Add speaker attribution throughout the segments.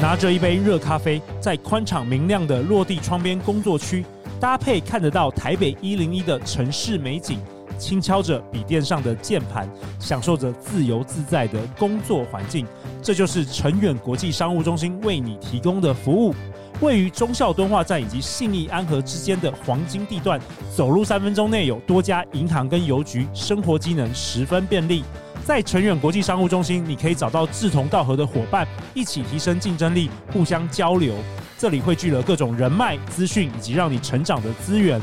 Speaker 1: 拿着一杯热咖啡，在宽敞明亮的落地窗边工作区，搭配看得到台北一零一的城市美景，轻敲着笔电上的键盘，享受着自由自在的工作环境。这就是成远国际商务中心为你提供的服务。位于忠孝敦化站以及信义安和之间的黄金地段，走路三分钟内有多家银行跟邮局，生活机能十分便利。在成远国际商务中心，你可以找到志同道合的伙伴，一起提升竞争力，互相交流。这里汇聚了各种人脉、资讯以及让你成长的资源。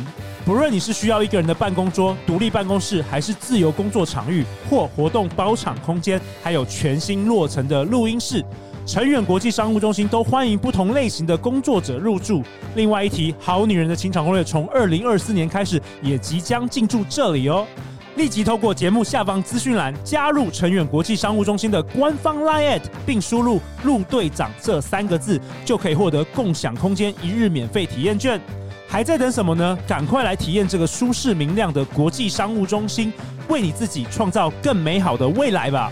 Speaker 1: 不论你是需要一个人的办公桌、独立办公室，还是自由工作场域或活动包场空间，还有全新落成的录音室，成远国际商务中心都欢迎不同类型的工作者入住。另外一提，《好女人的情场攻略》从二零二四年开始，也即将进驻这里哦。立即透过节目下方资讯栏加入成远国际商务中心的官方 Line，at，并输入“陆队长”这三个字，就可以获得共享空间一日免费体验券。还在等什么呢？赶快来体验这个舒适明亮的国际商务中心，为你自己创造更美好的未来吧！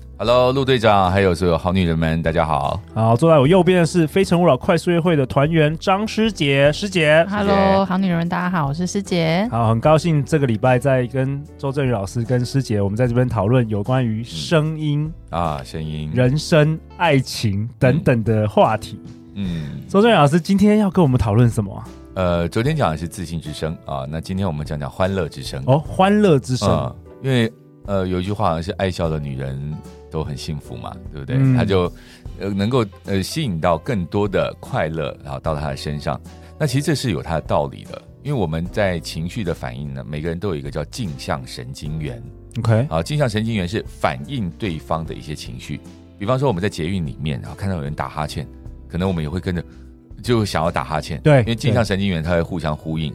Speaker 2: Hello，陆队长，还有所有好女人们，大家好。
Speaker 1: 好，坐在我右边的是《非诚勿扰》快速约会的团员张师姐，师姐。
Speaker 2: 谢谢
Speaker 3: Hello，好女人，大家好，我是师姐。
Speaker 1: 好，很高兴这个礼拜在跟周振宇老师跟师姐，我们在这边讨论有关于声音、
Speaker 2: 啊，声音，
Speaker 1: 人生、爱情等等的话题。
Speaker 2: 嗯，
Speaker 1: 周振宇老师今天要跟我们讨论什么啊、
Speaker 2: 呃，昨天讲的是自信之声啊，那今天我们讲讲欢乐之声。
Speaker 1: 哦，欢乐之声。
Speaker 2: 啊，因为呃，有一句话好像是爱笑的女人都很幸福嘛，对不对？
Speaker 1: 嗯
Speaker 2: 她就呃能够呃吸引到更多的快乐，然后到她的身上。那其实这是有它的道理的，因为我们在情绪的反应呢，每个人都有一个叫镜像神经元。
Speaker 1: OK，
Speaker 2: 好，啊镜像神经元是反映对方的一些情绪，比方说我们在捷运里面，然啊后看到有人打哈欠，可能我们也会跟着就想要打哈欠，
Speaker 1: 对
Speaker 2: 因为镜像神经元它会互相呼应。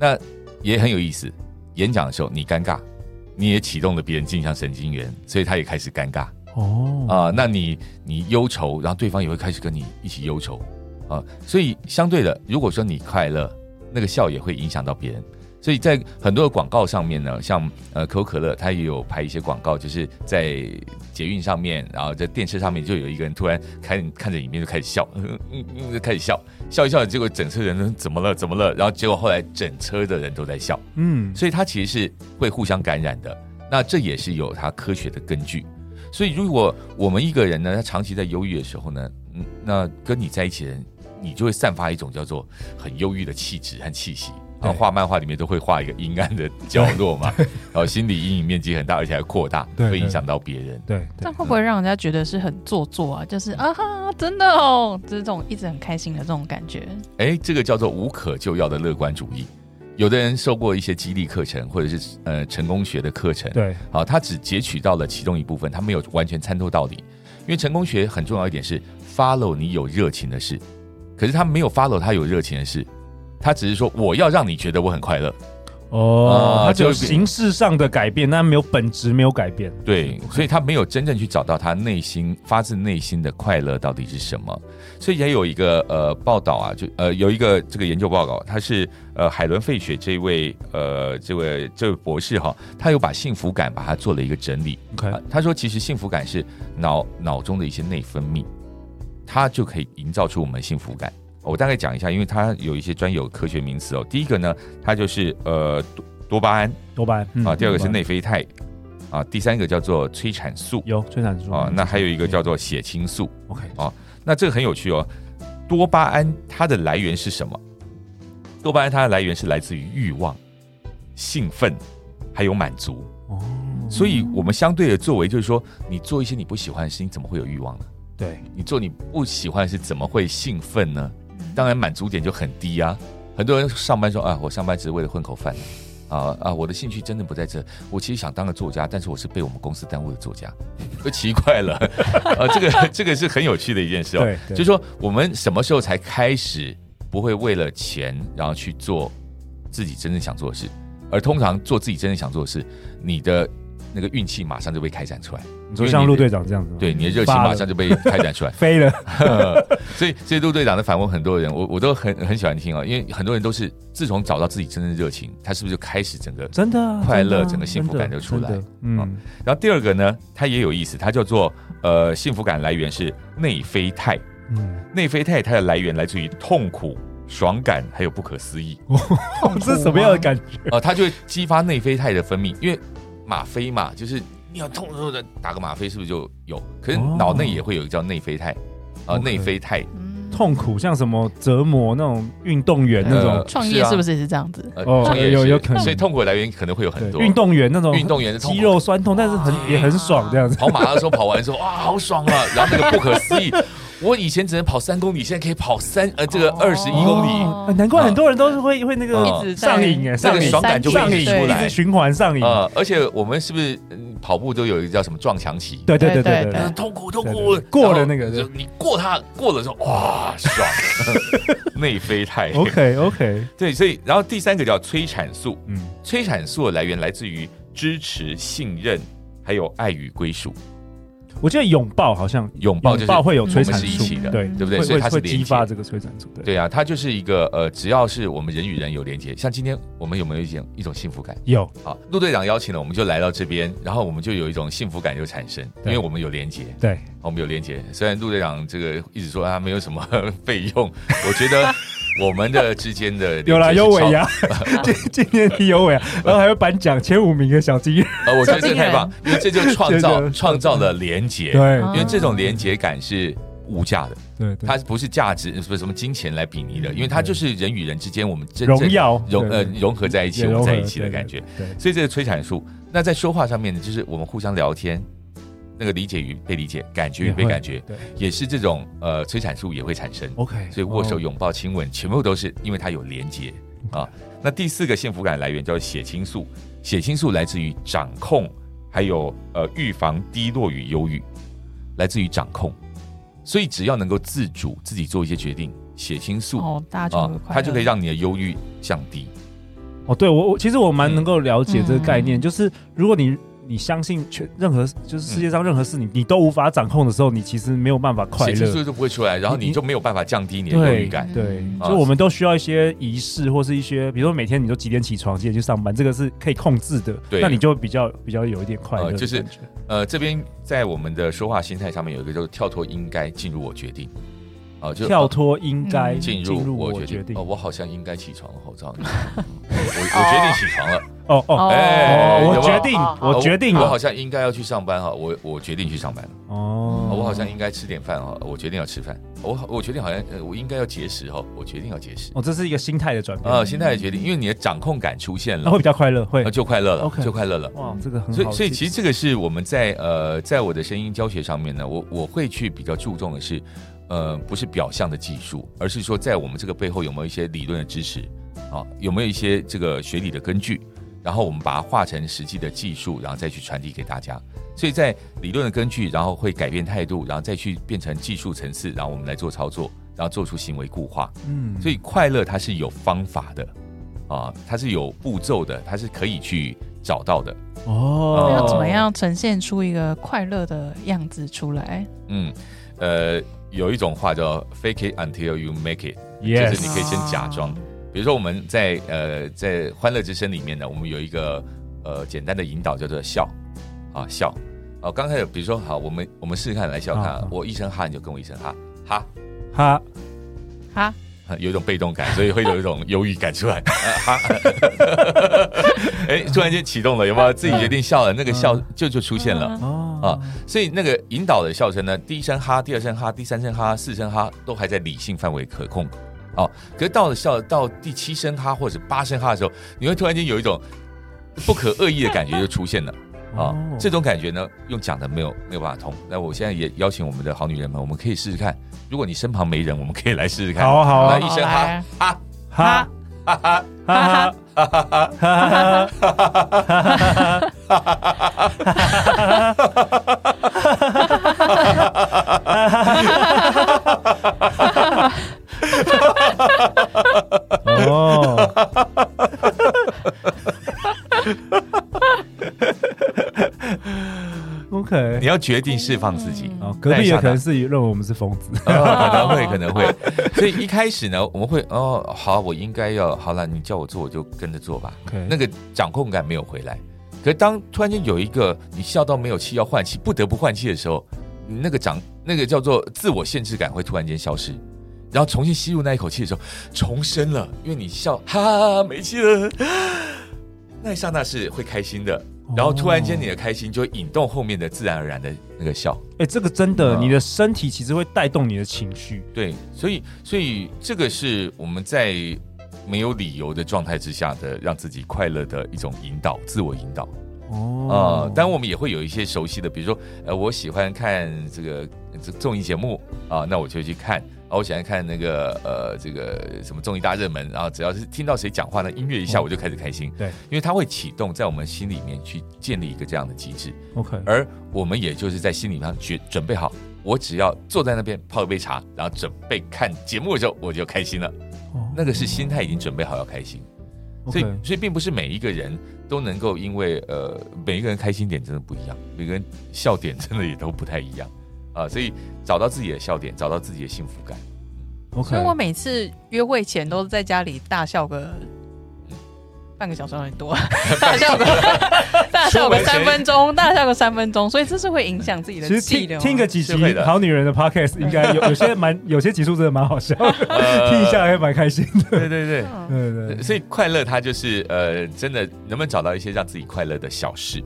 Speaker 2: 那也很有意思，演讲的时候你尴尬，你也启动了别人镜像神经元，所以他也开始尴尬啊、
Speaker 1: 哦，
Speaker 2: 那你你忧愁，然后对方也会开始跟你一起忧愁啊、所以相对的，如果说你快乐，那个笑也会影响到别人。所以在很多的广告上面呢，像呃可口可乐，它也有拍一些广告，就是在捷运上面，然后在电视上面，就有一个人突然看看着影片就开始笑，嗯嗯嗯，就开始笑，笑一笑，结果整车人都怎么了怎么了，然后结果后来整车的人都在笑，
Speaker 1: 嗯，
Speaker 2: 所以它其实是会互相感染的。那这也是有它科学的根据。所以如果我们一个人呢，他长期在忧郁的时候呢，嗯，那跟你在一起的人，你就会散发一种叫做很忧郁的气质和气息。然后
Speaker 1: 对
Speaker 2: 画漫画里面都会画一个阴暗的角落嘛， 然后心理阴影面积很大，而且还扩大，
Speaker 1: 对
Speaker 2: 会影响到别人。
Speaker 1: 对，对
Speaker 3: 但会不会让人家觉得是很做作啊？就是啊哈，真的哦，就是这种一直很开心的这种感觉。
Speaker 2: 哎，这个叫做无可救药的乐观主义。有的人受过一些激励课程，或者是呃成功学的课程，
Speaker 1: 对，
Speaker 2: 好，他啊只截取到了其中一部分，他没有完全参透到底。因为成功学很重要一点是 follow 你有热情的事，可是他没有 follow 他有热情的事，他只是说我要让你觉得我很快乐。
Speaker 1: 哦，
Speaker 2: 啊
Speaker 1: 它只有
Speaker 2: 就比
Speaker 1: 形式上的改变，但没有本质，没有改变。
Speaker 2: 对，所以他没有真正去找到他内心发自内心的快乐到底是什么。所以也有一个呃报道啊，就呃有一个这个研究报告，他是呃海伦费雪这位呃这位这位博士哈，他有把幸福感把它做了一个整理。
Speaker 1: OK，
Speaker 2: 啊他说，其实幸福感是脑脑中的一些内分泌，它就可以营造出我们幸福感。哦我大概讲一下，因为它有一些专有科学名词哦。第一个呢，它就是呃多多巴胺
Speaker 1: 多巴胺嗯
Speaker 2: 啊，第二个是
Speaker 1: 多巴胺
Speaker 2: 内啡肽啊，第三个叫做催产素
Speaker 1: 有催产素
Speaker 2: 啊，那还有一个
Speaker 1: 对
Speaker 2: 叫做血清素。
Speaker 1: OK，
Speaker 2: 那这个很有趣哦，多巴胺它的来源是什么？多巴胺它的来源是来自于欲望、兴奋，还有满足。
Speaker 1: 哦，
Speaker 2: 所以我们相对的作为就是说，你做一些你不喜欢的事情，怎么会有欲望呢？
Speaker 1: 对，
Speaker 2: 你做你不喜欢的事，怎么会兴奋呢？当然满足点就很低啊。很多人上班说啊，我上班只是为了混口饭，啊啊，我的兴趣真的不在这，我其实想当个作家，但是我是被我们公司耽误的作家， 就奇怪了，啊，这个这个是很有趣的一件事哦，
Speaker 1: 对，
Speaker 2: 就是说我们什么时候才开始不会为了钱然后去做自己真正想做的事？而通常做自己真正想做的事，你的那个运气马上就被开展出来，
Speaker 1: 你说像陆队长这样子吗，
Speaker 2: 对，你的热情
Speaker 1: 发了
Speaker 2: 马上就被开展 出来。
Speaker 1: 飞了，
Speaker 2: 所以，所以陆队长的反问很多人，我我都很很喜欢听啊、因为很多人都是自从找到自己真正的热情，他是不是就开始整个？
Speaker 1: 真的啊
Speaker 2: 快乐
Speaker 1: 真的啊
Speaker 2: 整个幸福
Speaker 1: 真的
Speaker 2: 感就出来哦
Speaker 1: 真的嗯，
Speaker 2: 然后第二个呢，它也有意思，它叫做呃幸福感来源是内啡肽，
Speaker 1: 嗯，
Speaker 2: 内啡肽它的来源来自于痛苦、爽感还有不可思议。
Speaker 1: 哦 这是什么样的感觉？
Speaker 2: 哦，它就会激发内啡肽的分泌，因为吗啡嘛，就是你很痛的时候打个吗啡，是不是就有？可是脑内也会有一个叫内啡肽，
Speaker 1: 哦
Speaker 2: 啊，
Speaker 1: OK
Speaker 2: 内啡肽，
Speaker 3: 嗯，
Speaker 1: 痛苦，像什么折磨那种运动员那
Speaker 2: 呃
Speaker 1: 种，
Speaker 3: 创业
Speaker 2: 是啊
Speaker 3: 是不是也是这样子？
Speaker 2: 呃
Speaker 1: 哦
Speaker 2: 创业
Speaker 1: 有
Speaker 2: 是
Speaker 1: 有可能
Speaker 2: 所以痛苦的来源可能会有很多。
Speaker 1: 对运动员那种
Speaker 2: 运动员的痛苦
Speaker 1: 肌肉酸痛，但是很也很爽这样子。
Speaker 2: 跑马拉松跑完之后，哇，好爽啊！然后那个不可思议，我以前只能跑三公里，现在可以跑三呃这个
Speaker 3: 哦
Speaker 2: 二十一公里，
Speaker 1: 哦难怪很多人都是会会那
Speaker 2: 嗯
Speaker 1: 个
Speaker 3: 一直在
Speaker 1: 上瘾哎，
Speaker 2: 那
Speaker 1: 上
Speaker 2: 个
Speaker 1: 瘾
Speaker 2: 爽感就
Speaker 1: 上
Speaker 2: 会
Speaker 1: 瘾
Speaker 2: 溢出
Speaker 3: 对
Speaker 1: 一
Speaker 2: 来
Speaker 1: 直。循环上瘾。
Speaker 2: 呃，而且我们是不是嗯跑步都有一个叫什么撞墙期？
Speaker 1: 对对对对对
Speaker 3: 对
Speaker 2: 就是
Speaker 1: 对
Speaker 3: 对，
Speaker 2: 痛苦痛
Speaker 1: 哎对
Speaker 2: 苦
Speaker 1: 对，过了
Speaker 2: 然后
Speaker 1: 那个
Speaker 2: 就你过它过了之后，哇，爽，内啡肽。
Speaker 1: OK OK，
Speaker 2: 对，所以然后第三个叫催产素，
Speaker 1: 嗯，
Speaker 2: 催产素的来源来自于支持、信任，还有爱与归属。
Speaker 1: 我记得拥抱好像
Speaker 2: 拥抱就是
Speaker 1: 拥抱会有催产
Speaker 2: 我们是一起
Speaker 1: 素，
Speaker 2: 的
Speaker 1: 对
Speaker 3: 对
Speaker 2: 对不对？
Speaker 1: 会
Speaker 2: 所以它
Speaker 1: 会
Speaker 2: 是
Speaker 1: 会
Speaker 2: 连
Speaker 1: 激
Speaker 2: 接
Speaker 1: 发。这个催产素，对，
Speaker 2: 对啊，它就是一个呃，只要是我们人与人有连接，像今天我们有没有一种一种幸福感？
Speaker 1: 有
Speaker 2: 好，陆队长邀请了，我们就来到这边，然后我们就有一种幸福感就产生，因
Speaker 1: 对
Speaker 2: 为我们有连接。
Speaker 1: 对，
Speaker 2: 我哦们有连接。虽然陆队长这个一直说啊他没有什么 费用，我觉得我们的之间的
Speaker 1: 有啦
Speaker 2: 连接
Speaker 1: 有
Speaker 2: 是
Speaker 1: 尾
Speaker 2: 超，
Speaker 1: 牙，今今年你有尾牙，啊然后还会颁奖前五名的小金人，
Speaker 2: 呃，我觉得
Speaker 3: 小
Speaker 2: 这
Speaker 3: 金
Speaker 2: 太棒，因为这就创
Speaker 1: 这
Speaker 2: 造
Speaker 1: 个
Speaker 2: 创造了连接。
Speaker 1: 对
Speaker 2: 因为这种连接感是无价的，
Speaker 1: 对对，嗯
Speaker 2: 它不是价值不是什么金钱来比拟的，因为它就是人与人之间我们真正
Speaker 1: 荣耀
Speaker 2: 融呃
Speaker 1: 对
Speaker 2: 融合在一起，
Speaker 1: 也
Speaker 2: 我
Speaker 1: 融
Speaker 2: 们
Speaker 1: 合
Speaker 2: 在一起的
Speaker 1: 对
Speaker 2: 感觉。
Speaker 1: 对，
Speaker 2: 所以这个催产素，那在说话上面呢，就是我们互相聊天，那个理解与被理解，感觉与
Speaker 1: 也
Speaker 2: 被
Speaker 1: 会
Speaker 2: 感觉，
Speaker 1: 对
Speaker 2: 也是这种呃催产素也会产生。
Speaker 1: OK，
Speaker 2: 所以握手、
Speaker 1: 哦
Speaker 2: 拥抱、亲吻，全部都是因为它有连结啊。那第四个幸福感来源叫血清素，血清素来自于掌控，还有呃预防低落与忧郁，来自于掌控。所以只要能够自主自己做一些决定，血清素、
Speaker 3: 哦，大家
Speaker 2: 啊
Speaker 3: 就会，快乐
Speaker 2: 它就可以让你的忧郁降低。
Speaker 1: 哦，对我我其实我
Speaker 2: 嗯
Speaker 1: 蛮能够了解这个概念，
Speaker 3: 嗯
Speaker 1: 就是如果你你相信全任何就是世
Speaker 2: 嗯
Speaker 1: 界上任何事你、你都无法掌控的时候，你其实没有办法快
Speaker 2: 血清素
Speaker 1: 乐。
Speaker 2: 就不会出来，然后你
Speaker 1: 你
Speaker 2: 就没有办法降低你的忧郁感。
Speaker 1: 对，
Speaker 2: 啊
Speaker 1: 就我们都需要一些仪式，或是一些，比如说每天你都几点起床，几点去上班，这个是可以控制的。
Speaker 2: 对
Speaker 1: 那你就比较比较有一点快乐的
Speaker 2: 呃
Speaker 1: 感觉、
Speaker 2: 就是呃，这边在我们的说话心态上面有一个就是跳脱应该进入我决定，啊、就
Speaker 1: 跳脱应该
Speaker 3: 嗯
Speaker 2: 进
Speaker 1: 进
Speaker 2: 入
Speaker 1: 入
Speaker 2: 我
Speaker 1: 我
Speaker 2: 决
Speaker 1: 决
Speaker 2: 定。
Speaker 1: 定。
Speaker 2: 哦，我好像应该起床了，我照你。我我决定起床了，
Speaker 1: 哦哦
Speaker 3: 哦
Speaker 2: 哎
Speaker 1: 哦，
Speaker 2: 有
Speaker 1: 我
Speaker 2: 没有
Speaker 1: 决定
Speaker 3: 哦，
Speaker 1: 我决定
Speaker 2: 我
Speaker 1: 了
Speaker 2: 好。像应该要去上班哈，我我决定去上班了。
Speaker 1: 哦
Speaker 2: 哦我好像应该吃点饭哈，我决定要吃饭。哦我好，我决定好像呃，我应该要节食哈，我决定要节食。
Speaker 1: 哦，这是一个心态的转变，
Speaker 2: 啊，心态的决定，因为你的掌控感出现
Speaker 1: 那
Speaker 2: 了
Speaker 1: 会，比较快乐，会
Speaker 2: 呃。就快乐了，
Speaker 1: 哦 OK
Speaker 2: 就快乐了。
Speaker 1: 哇，这个很好的技巧。
Speaker 2: 所以，所以其实这个是我们在呃，在我的声音教学上面呢，我我会去比较注重的是，呃，不是表象的技术，而是说在我们这个背后有没有一些理论的支持啊，有没有一些这个学理的根据，然后我们把它化成实际的技术，然后再去传递给大家。所以在理论的根据，然后会改变态度，然后再去变成技术层次，然后我们来做操作，然后做出行为固化。
Speaker 1: 嗯
Speaker 2: 所以快乐它是有方法的啊，它是有步骤的，它是可以去找到的。呃
Speaker 1: 哦，
Speaker 3: 要怎么样呈现出一个快乐的样子出来？
Speaker 2: 嗯，呃，有一种话叫 “fake it until you make it”，
Speaker 1: Yes
Speaker 2: 就是你可以先假装。比如说我们在呃在《欢乐之声》里面呢，我们有一个呃简单的引导叫做笑啊笑啊。刚开始比如说好，我们我们试试看来笑看啊
Speaker 1: 好好，
Speaker 2: 我一声哈你就跟我一声哈哈。
Speaker 1: 哈，
Speaker 3: 哈，
Speaker 2: 有一种被动感，所以会有一种忧郁感出来。啊 哈，哎，突然间启动了，有没有？自己决定笑了，那个笑就就出现了。
Speaker 1: 哦
Speaker 2: 啊，所以那个引导的笑声呢，第一声哈，第二声哈，第三声哈，四声哈，都还在理性范围可控。哦，可是到了笑到第七声哈或者八声哈的时候，你会突然间有一种不可恶意的感觉就出现了。啊、
Speaker 1: 哦
Speaker 2: 这种感觉呢，用讲的没有没有办法通。那我现在也邀请我们的好女人们，我们可以试试看。
Speaker 1: 哦
Speaker 2: 如果你身旁没人，我们可以来试试看。
Speaker 1: 好啊好啊
Speaker 2: 来一声哈
Speaker 3: 来
Speaker 2: 哈
Speaker 1: 哈
Speaker 2: 哈哈
Speaker 1: 哈哈哈哈哈哈！哦，OK，
Speaker 2: 你要决定释放自己，
Speaker 1: 哦，隔壁也可能是认为我们是疯子，
Speaker 2: 呃 可能会可能会。所以一开始呢，我们会哦，好，我应该要好了，你叫我做我就跟着做吧。
Speaker 1: OK
Speaker 2: 那个掌控感没有回来。可是当突然间有一个你笑到没有气要换气，不得不换气的时候，你那个掌那个叫做自我限制感会突然间消失，然后重新吸入那一口气的时候，重生了，因为你笑哈哈没气了，那一刹那是会开心的，
Speaker 1: 哦
Speaker 2: 然后突然间你的开心就会引动后面的自然而然的那个笑。
Speaker 1: 哎、这个真的，
Speaker 2: 嗯
Speaker 1: 你的身体其实会带动你的情绪。
Speaker 2: 对，所以所以这个是我们在没有理由的状态之下的让自己快乐的一种引导，自我引导啊、
Speaker 1: 哦
Speaker 2: 当然我们也会有一些熟悉的，比如说呃，我喜欢看这个这综艺节目啊、那我就去看。啊，我喜欢看那个呃，这个什么综艺大热门，然后只要是听到谁讲话呢，音乐一下我就开始开心。
Speaker 1: 哦对，
Speaker 2: 因为它会启动在我们心里面去建立一个这样的机制。
Speaker 1: OK，
Speaker 2: 而我们也就是在心理上准准备好，我只要坐在那边泡一杯茶，然后准备看节目的时候，我就开心了。
Speaker 1: 哦
Speaker 2: 那个是心态已经准备好要开心，所以
Speaker 1: OK
Speaker 2: 所以并不是每一个人都能够因为呃每一个人开心点真的不一样，每个人笑点真的也都不太一样啊，所以找到自己的笑点，找到自己的幸福感，
Speaker 3: 所以我
Speaker 1: OK，
Speaker 3: 每次约会前都在家里大笑个半个小时，有 点多，大笑个大笑个三分钟，大笑个三分钟，所以这是会影响自己的
Speaker 1: 其实
Speaker 3: 气
Speaker 1: 听
Speaker 3: 流。啊
Speaker 1: 听个几集
Speaker 2: 是会的
Speaker 1: 《好女人》的 Podcast，应该有 有些蛮有些集数真的蛮好笑的，
Speaker 2: 呃
Speaker 1: 听一下还蛮开心 的。
Speaker 2: 对对对。
Speaker 3: 嗯
Speaker 1: 对对对
Speaker 2: 所以快乐它就是呃，真的能不能找到一些让自己快乐的小事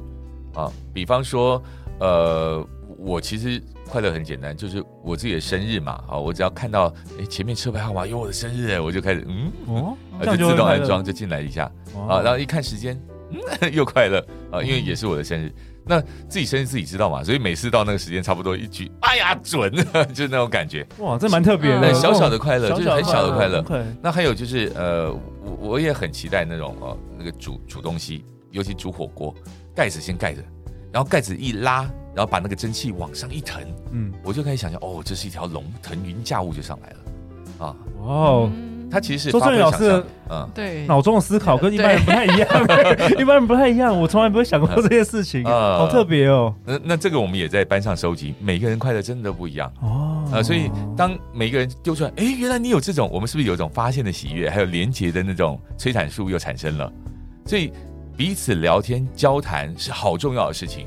Speaker 2: 啊？比方说，呃，我其实快乐很简单，就是我自己的生日嘛，啊，我只要看到哎前面车牌号码有我的生日，我就开始嗯，
Speaker 1: 哦，
Speaker 2: 呃
Speaker 1: 这样就
Speaker 2: 就自
Speaker 1: 会
Speaker 2: 动
Speaker 1: 快乐
Speaker 2: 安装就进来一下啊，
Speaker 1: 哦
Speaker 2: 然后一看时间， 嗯，又快乐啊，因为也是我的生日。那自己生日自己知道嘛，所以每次到那个时间差不多一举，哎呀准， 就是那种感觉，
Speaker 1: 哇，这蛮特别
Speaker 3: 嗯
Speaker 1: 的，哦
Speaker 2: 那小小的快乐，就是很小的快乐。
Speaker 1: OK，嗯
Speaker 2: 那还有就是，呃，我我也很期待那种呃那个煮煮东西，尤其煮火锅，盖子先盖着，然后盖子一拉，然后把那个蒸汽往上一腾，
Speaker 1: 嗯，
Speaker 2: 我就开始想象，哦，这是一条龙，腾云驾雾就上来了啊！
Speaker 1: 哇哦，
Speaker 3: 嗯
Speaker 2: 它其实是
Speaker 1: 周
Speaker 2: 发
Speaker 1: 正
Speaker 2: 挥
Speaker 1: 宇
Speaker 2: 想
Speaker 1: 老
Speaker 2: 象
Speaker 1: 师
Speaker 2: 的，嗯。
Speaker 3: 对，
Speaker 1: 脑中的思考跟一般人不太一样， 一般人不太一样，我从来不会想过这些事情，
Speaker 2: 呃
Speaker 1: 好特别哦。
Speaker 2: 那那这个我们也在班上收集，每个人快乐真的不一样
Speaker 1: 哦
Speaker 2: 啊、呃所以当每一个人丢出来，哎，原来你有这种，我们是不是有一种发现的喜悦，还有连结的那种催产素又产生了？所以彼此聊天交谈是好重要的事情。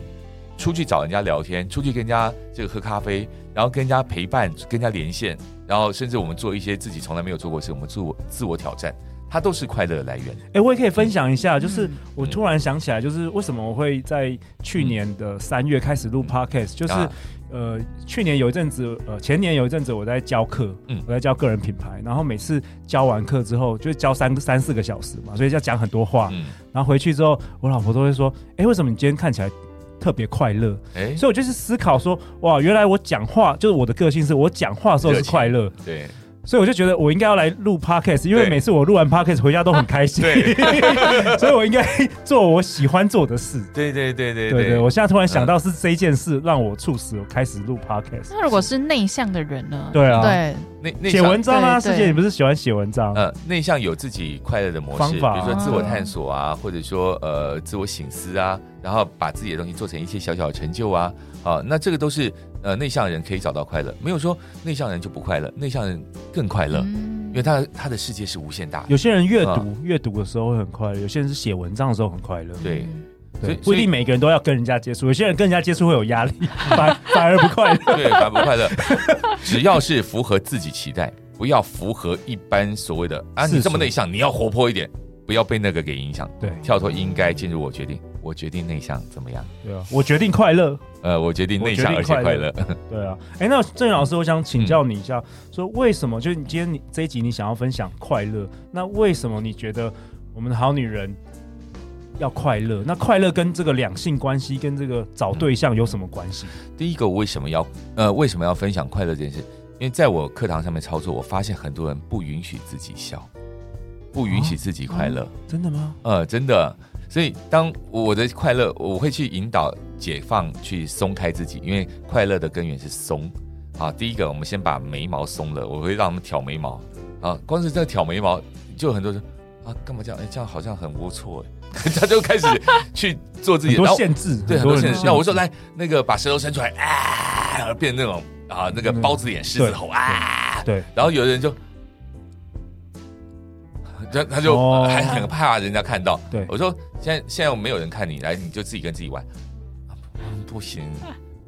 Speaker 2: 出去找人家聊天，出去跟人家这个喝咖啡，然后跟人家陪伴，跟人家连线，然后甚至我们做一些自己从来没有做过的事，我们自我自我挑战，它都是快乐的来源。
Speaker 1: 哎、我也可以分享一下，就是
Speaker 3: 嗯
Speaker 1: 我突然想起来，就是为什么我会在去年的三月开始录 podcast，就是、
Speaker 2: 啊
Speaker 1: 呃，去年有一阵子，呃，前年有一阵子我在教课，
Speaker 2: 嗯
Speaker 1: 我在教个人品牌，然后每次教完课之后，就教三三四个小时嘛，所以要讲很多话，
Speaker 2: 嗯，
Speaker 1: 然后回去之后，我老婆都会说，哎、为什么你今天看起来特别快乐？
Speaker 2: 哎，
Speaker 1: 所以我就是思考说，哇，原来我讲话就是我的个性是我讲话的时候
Speaker 2: 热
Speaker 1: 是
Speaker 2: 情
Speaker 1: 快乐，
Speaker 2: 对
Speaker 1: 所以我就觉得我应该要来录 podcast，因为
Speaker 2: 对
Speaker 1: 每次我录完 podcast 回家都很开心， 所以我应该做我喜欢做的事。
Speaker 2: 对对对对嗯
Speaker 1: 对对 我现在突然想到是这一件事让我促使我开始录 podcast。
Speaker 3: 那如果是内向的人呢？
Speaker 1: 对啊，
Speaker 3: 对，
Speaker 2: 那那
Speaker 1: 写文章啊，
Speaker 3: 对对
Speaker 1: 师姐，你不是喜欢写文章？
Speaker 2: 呃，内向有自己快乐的模
Speaker 1: 方
Speaker 2: 式，
Speaker 1: 法
Speaker 2: 比如说自我探索啊，或者说呃自我醒思啊，然后把自己的东西做成一些小小的成就啊，啊，那这个都是呃内向人可以找到快乐，没有说内向人就不快乐，内向人更快乐，因
Speaker 3: 嗯
Speaker 2: 为他他的世界是无限大的
Speaker 1: 有，些人阅读
Speaker 2: 嗯
Speaker 1: 阅读的时候会很快乐，有些人是写文章的时候很快乐。
Speaker 2: 对，所以
Speaker 1: 对，不一定每个人都要跟人家接触，有些人跟人家接触会有压 力，反反而不快乐。
Speaker 2: 对，快不快乐， 只要是符合自己期待，不要符合一般所谓的啊，
Speaker 1: 世俗
Speaker 2: 你这么内向，你要活泼一点，不要被那个给影响，
Speaker 1: 对
Speaker 2: 跳脱应该进入我决定，我决定内向怎么样？
Speaker 1: 对啊，我决定快乐。
Speaker 2: 呃，我决定
Speaker 1: 我
Speaker 2: 内
Speaker 1: 决
Speaker 2: 向
Speaker 1: 定
Speaker 2: 而且
Speaker 1: 快
Speaker 2: 快
Speaker 1: 乐
Speaker 2: 乐。
Speaker 1: 对啊，哎，那郑老师，我想请教你一下，说为什么就是你今天你这一集你想要分享快乐，那为什么你觉得我们的好女人要快乐？那快乐跟这个两性关系跟这个找对象有什么关系？
Speaker 2: 第一个，我为什么要呃为什么要分享快乐这件事？因为在我课堂上面操作，我发现很多人不允许自己笑，不允许自己快乐。
Speaker 1: 真的吗？
Speaker 2: 呃，真的。所以，当我的快乐，我会去引导、解放、去松开自己，因为快乐的根源是松。好，第一个，我们先把眉毛松了，我会让他们挑眉毛。啊，光是在挑眉毛，就有很多人啊，干嘛这样？哎、这样好像很龌龊 哎，他就开始去做自
Speaker 1: 很
Speaker 2: 己。然
Speaker 1: 多
Speaker 2: 后
Speaker 1: 限制，
Speaker 2: 对，很
Speaker 1: 多
Speaker 2: 多
Speaker 1: 人
Speaker 2: 限
Speaker 1: 的
Speaker 2: 制。
Speaker 1: 制
Speaker 2: 那我说来，那个把舌头伸出来啊，变那种啊，那个包子脸、狮子吼啊。
Speaker 1: 嗯对，
Speaker 2: 然后有的人就，他他就
Speaker 1: 哦
Speaker 2: 还很怕人家看到。
Speaker 1: 对
Speaker 2: 我说现在现在没有人看你，来你就自己跟自己玩，啊不行，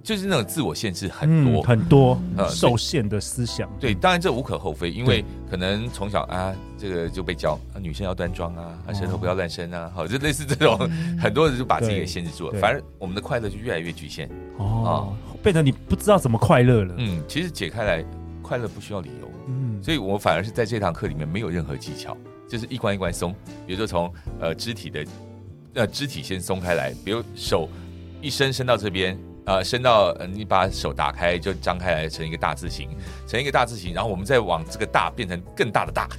Speaker 2: 就是那种自我限制很
Speaker 1: 嗯
Speaker 2: 多。
Speaker 1: 很多
Speaker 2: 呃
Speaker 1: 受限的思想，
Speaker 2: 对，当然这无可厚非，因为可能从小啊，这个就被教啊，女生要端庄啊，
Speaker 1: 哦
Speaker 2: 啊舌头不要乱伸啊，好，就类似这种，
Speaker 3: 嗯
Speaker 2: 很多人就把自己给限制住
Speaker 1: 嗯
Speaker 2: 了，
Speaker 1: 对对
Speaker 2: 反而我们的快乐就越来越局限。
Speaker 1: 哦，
Speaker 2: 啊
Speaker 1: 变成你不知道怎么快乐了。
Speaker 2: 嗯，其实解开来，快乐不需要理由，
Speaker 1: 嗯，
Speaker 2: 所以我反而是在这堂课里面没有任何技巧，就是一关一关松，比如说从呃肢体的，呃肢体先松开来，比如手一伸伸到这边。呃，伸到、呃、你把手打开就张开来成一个大字形，成一个大字形，然后我们再往这个大变成更大的大，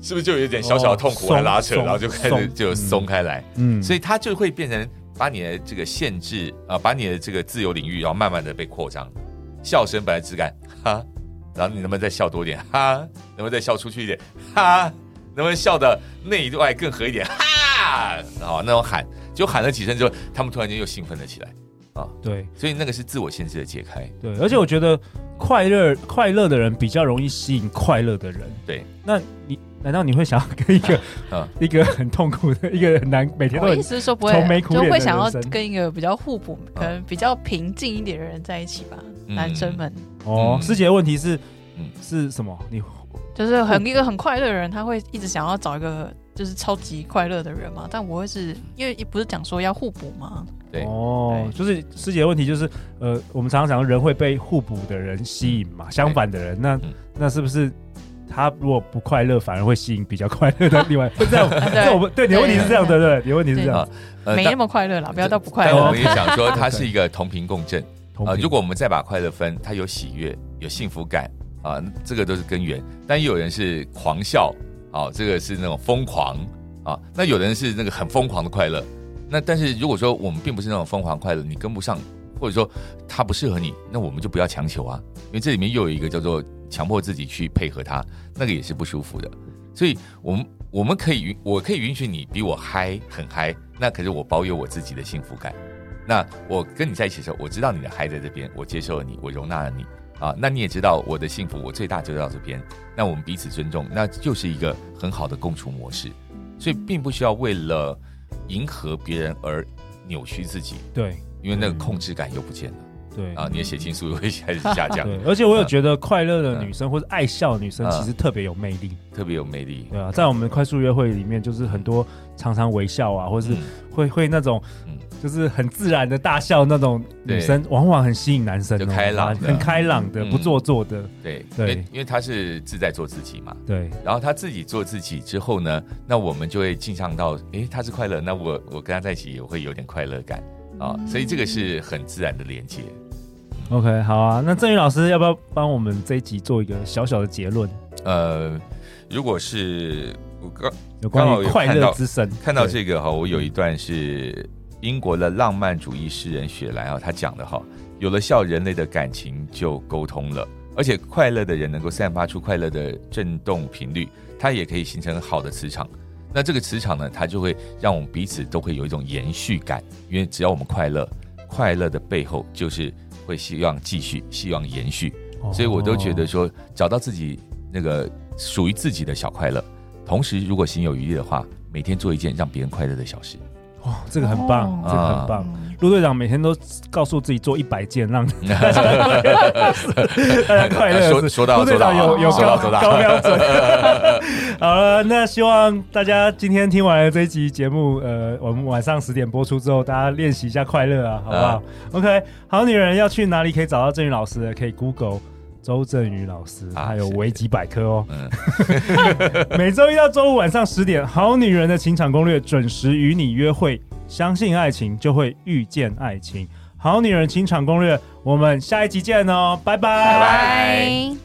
Speaker 2: 是不是就有一点小小的痛苦
Speaker 1: 哦
Speaker 2: 来拉扯，
Speaker 1: 松
Speaker 2: 然后就开始
Speaker 1: 松
Speaker 2: 就松开来？
Speaker 1: 嗯
Speaker 2: 所以它就会变成把你的这个限制啊、呃把你的这个自由领域，然后慢慢的被扩张。笑声本来只敢哈，然后你能不能再笑多一点哈？能不能再笑出去一点哈？能不能笑的内外更合一点哈？好，那种喊就喊了几声之后，他们突然间又兴奋了起来。
Speaker 1: 对
Speaker 2: 所以那个是自我限制的解开，
Speaker 1: 对，而且我觉得快乐快乐的人比较容易吸引快乐的人。
Speaker 2: 对，
Speaker 1: 那你难道你会想要跟一个
Speaker 2: 嗯
Speaker 1: 一个很痛苦的一个很难每天都
Speaker 3: 我
Speaker 1: 很
Speaker 3: 意思是说不
Speaker 1: 愁眉
Speaker 3: 会，
Speaker 1: 苦脸
Speaker 3: 就
Speaker 1: 的
Speaker 3: 会想要
Speaker 1: 人生
Speaker 3: 跟一个比较互补、可能比较平静一点的人在一起吧。
Speaker 2: 嗯
Speaker 3: 男生们
Speaker 1: 哦，
Speaker 2: 嗯
Speaker 1: 师姐的问题是
Speaker 2: 嗯
Speaker 1: 是什么？你
Speaker 3: 就是很一个很快乐的人，他会一直想要找一个就是超级快乐的人嘛。但我会是因为不是讲说要互补吗？
Speaker 2: 对
Speaker 1: 哦，就是师姐的问题就是呃，我们常常讲人会被互补的人吸引嘛，相反的人那
Speaker 2: 嗯
Speaker 1: 那是不是？他如果不快乐，反而会吸引比较快乐的 另外。会这样，
Speaker 3: 对
Speaker 1: 这我们对你的问题是这样，对
Speaker 3: 对
Speaker 1: 不对？你的问题是
Speaker 3: 对
Speaker 1: 这样
Speaker 2: 啊。呃
Speaker 3: 没
Speaker 2: 但
Speaker 3: 那么快乐啦，不要到不快
Speaker 2: 但我
Speaker 3: 乐
Speaker 2: 们。也想说，它是一个同频共振。
Speaker 1: 同
Speaker 2: 啊、
Speaker 1: 频
Speaker 2: 如果我们再把快乐分，它有喜悦，有幸福感啊、这个都是根源。但也有人是狂笑，啊、这个是那种疯狂啊、那有人是那个很疯狂的快乐。那但是如果说我们并不是那种疯狂快乐，你跟不上，或者说它不适合你，那我们就不要强求啊，因为这里面又有一个叫做强迫自己去配合它，那个也是不舒服的。所以我们我们可以允，我可以允许你比我嗨很嗨，那可是我保有我自己的幸福感。那我跟你在一起的时候，我知道你的嗨在这边，我接受了你，我容纳了你啊。那你也知道我的幸福，我最大就到这边。那我们彼此尊重，那就是一个很好的共处模式。所以并不需要为了迎合别人而扭曲自己，
Speaker 1: 对
Speaker 2: 因为那个控制感又不见了
Speaker 1: 对
Speaker 2: 啊，你的血清素又会开始下 降，
Speaker 1: 对，而且我有
Speaker 2: 嗯
Speaker 1: 觉得快乐的女生或者爱笑的女生
Speaker 2: 嗯
Speaker 1: 其实特别有魅力，
Speaker 2: 特别有魅力。
Speaker 1: 对啊，在我们快速约会里面，就是很多常常微笑啊，或是会会那种
Speaker 2: 嗯
Speaker 1: 就是很自然的大笑那种女生，往往很吸引男生哦，
Speaker 2: 就开朗的
Speaker 1: 很开朗的，
Speaker 2: 嗯
Speaker 1: 不做作的，
Speaker 2: 对，因
Speaker 1: 对
Speaker 2: 为因为他是自在做自己嘛，
Speaker 1: 对，
Speaker 2: 然后他自己做自己之后呢，那我们就会进上到，诶，他是快乐，那我我跟他在一起也会有点快乐感啊，所以这个是很自然的连接。
Speaker 1: OK，好啊，那郑宇老师要不要帮我们这一集做一个小小的结论？
Speaker 2: 呃，如果是我刚
Speaker 1: 有关
Speaker 2: 刚好
Speaker 1: 于
Speaker 2: 有
Speaker 1: 快
Speaker 2: 看
Speaker 1: 乐
Speaker 2: 到
Speaker 1: 之神，
Speaker 2: 看到
Speaker 1: 对
Speaker 2: 这个哈，我有一段是英国的浪漫主义诗人雪莱啊，他讲的哈，有了笑，人类的感情就沟通了，而且快乐的人能够散发出快乐的振动频率，它也可以形成好的磁场。那这个磁场呢，它就会让我们彼此都会有一种延续感，因为只要我们快乐，快乐的背后就是会希望继续，希望延续。所以我都觉得
Speaker 1: 哦
Speaker 2: 说，找到自己那个属于自己的小快乐，同时如果心有余力的话，每天做一件让别人快乐的小事。
Speaker 1: 哇，这个很棒
Speaker 3: 哦，
Speaker 1: 这个很棒。
Speaker 3: 嗯
Speaker 1: 陆队长每天都告诉自己做一百件， 让大家快乐大家快乐。
Speaker 2: 说说到
Speaker 1: 陆队
Speaker 2: 做
Speaker 1: 长
Speaker 2: 到，啊
Speaker 1: 有有
Speaker 2: 说
Speaker 1: 高
Speaker 2: 到做
Speaker 1: 高
Speaker 2: 到。
Speaker 1: 标 准。好了，那希望大家今天听完了这一集节目，呃，我们晚上十点播出之后，大家练习一下快乐啊，好不好、o k 好女人要去哪里可以找到郑宇老师的？可以 Google 周振宇老师，
Speaker 2: 啊嗯
Speaker 1: 还有
Speaker 2: 是
Speaker 1: 维基百科哦。
Speaker 2: 嗯，
Speaker 1: 每周一到周五晚上十点，《好女人的情场攻略》准时与你约会。相信爱情，就会遇见爱情。《好女人情场攻略》，我们下一集见哦，拜拜
Speaker 2: 拜拜。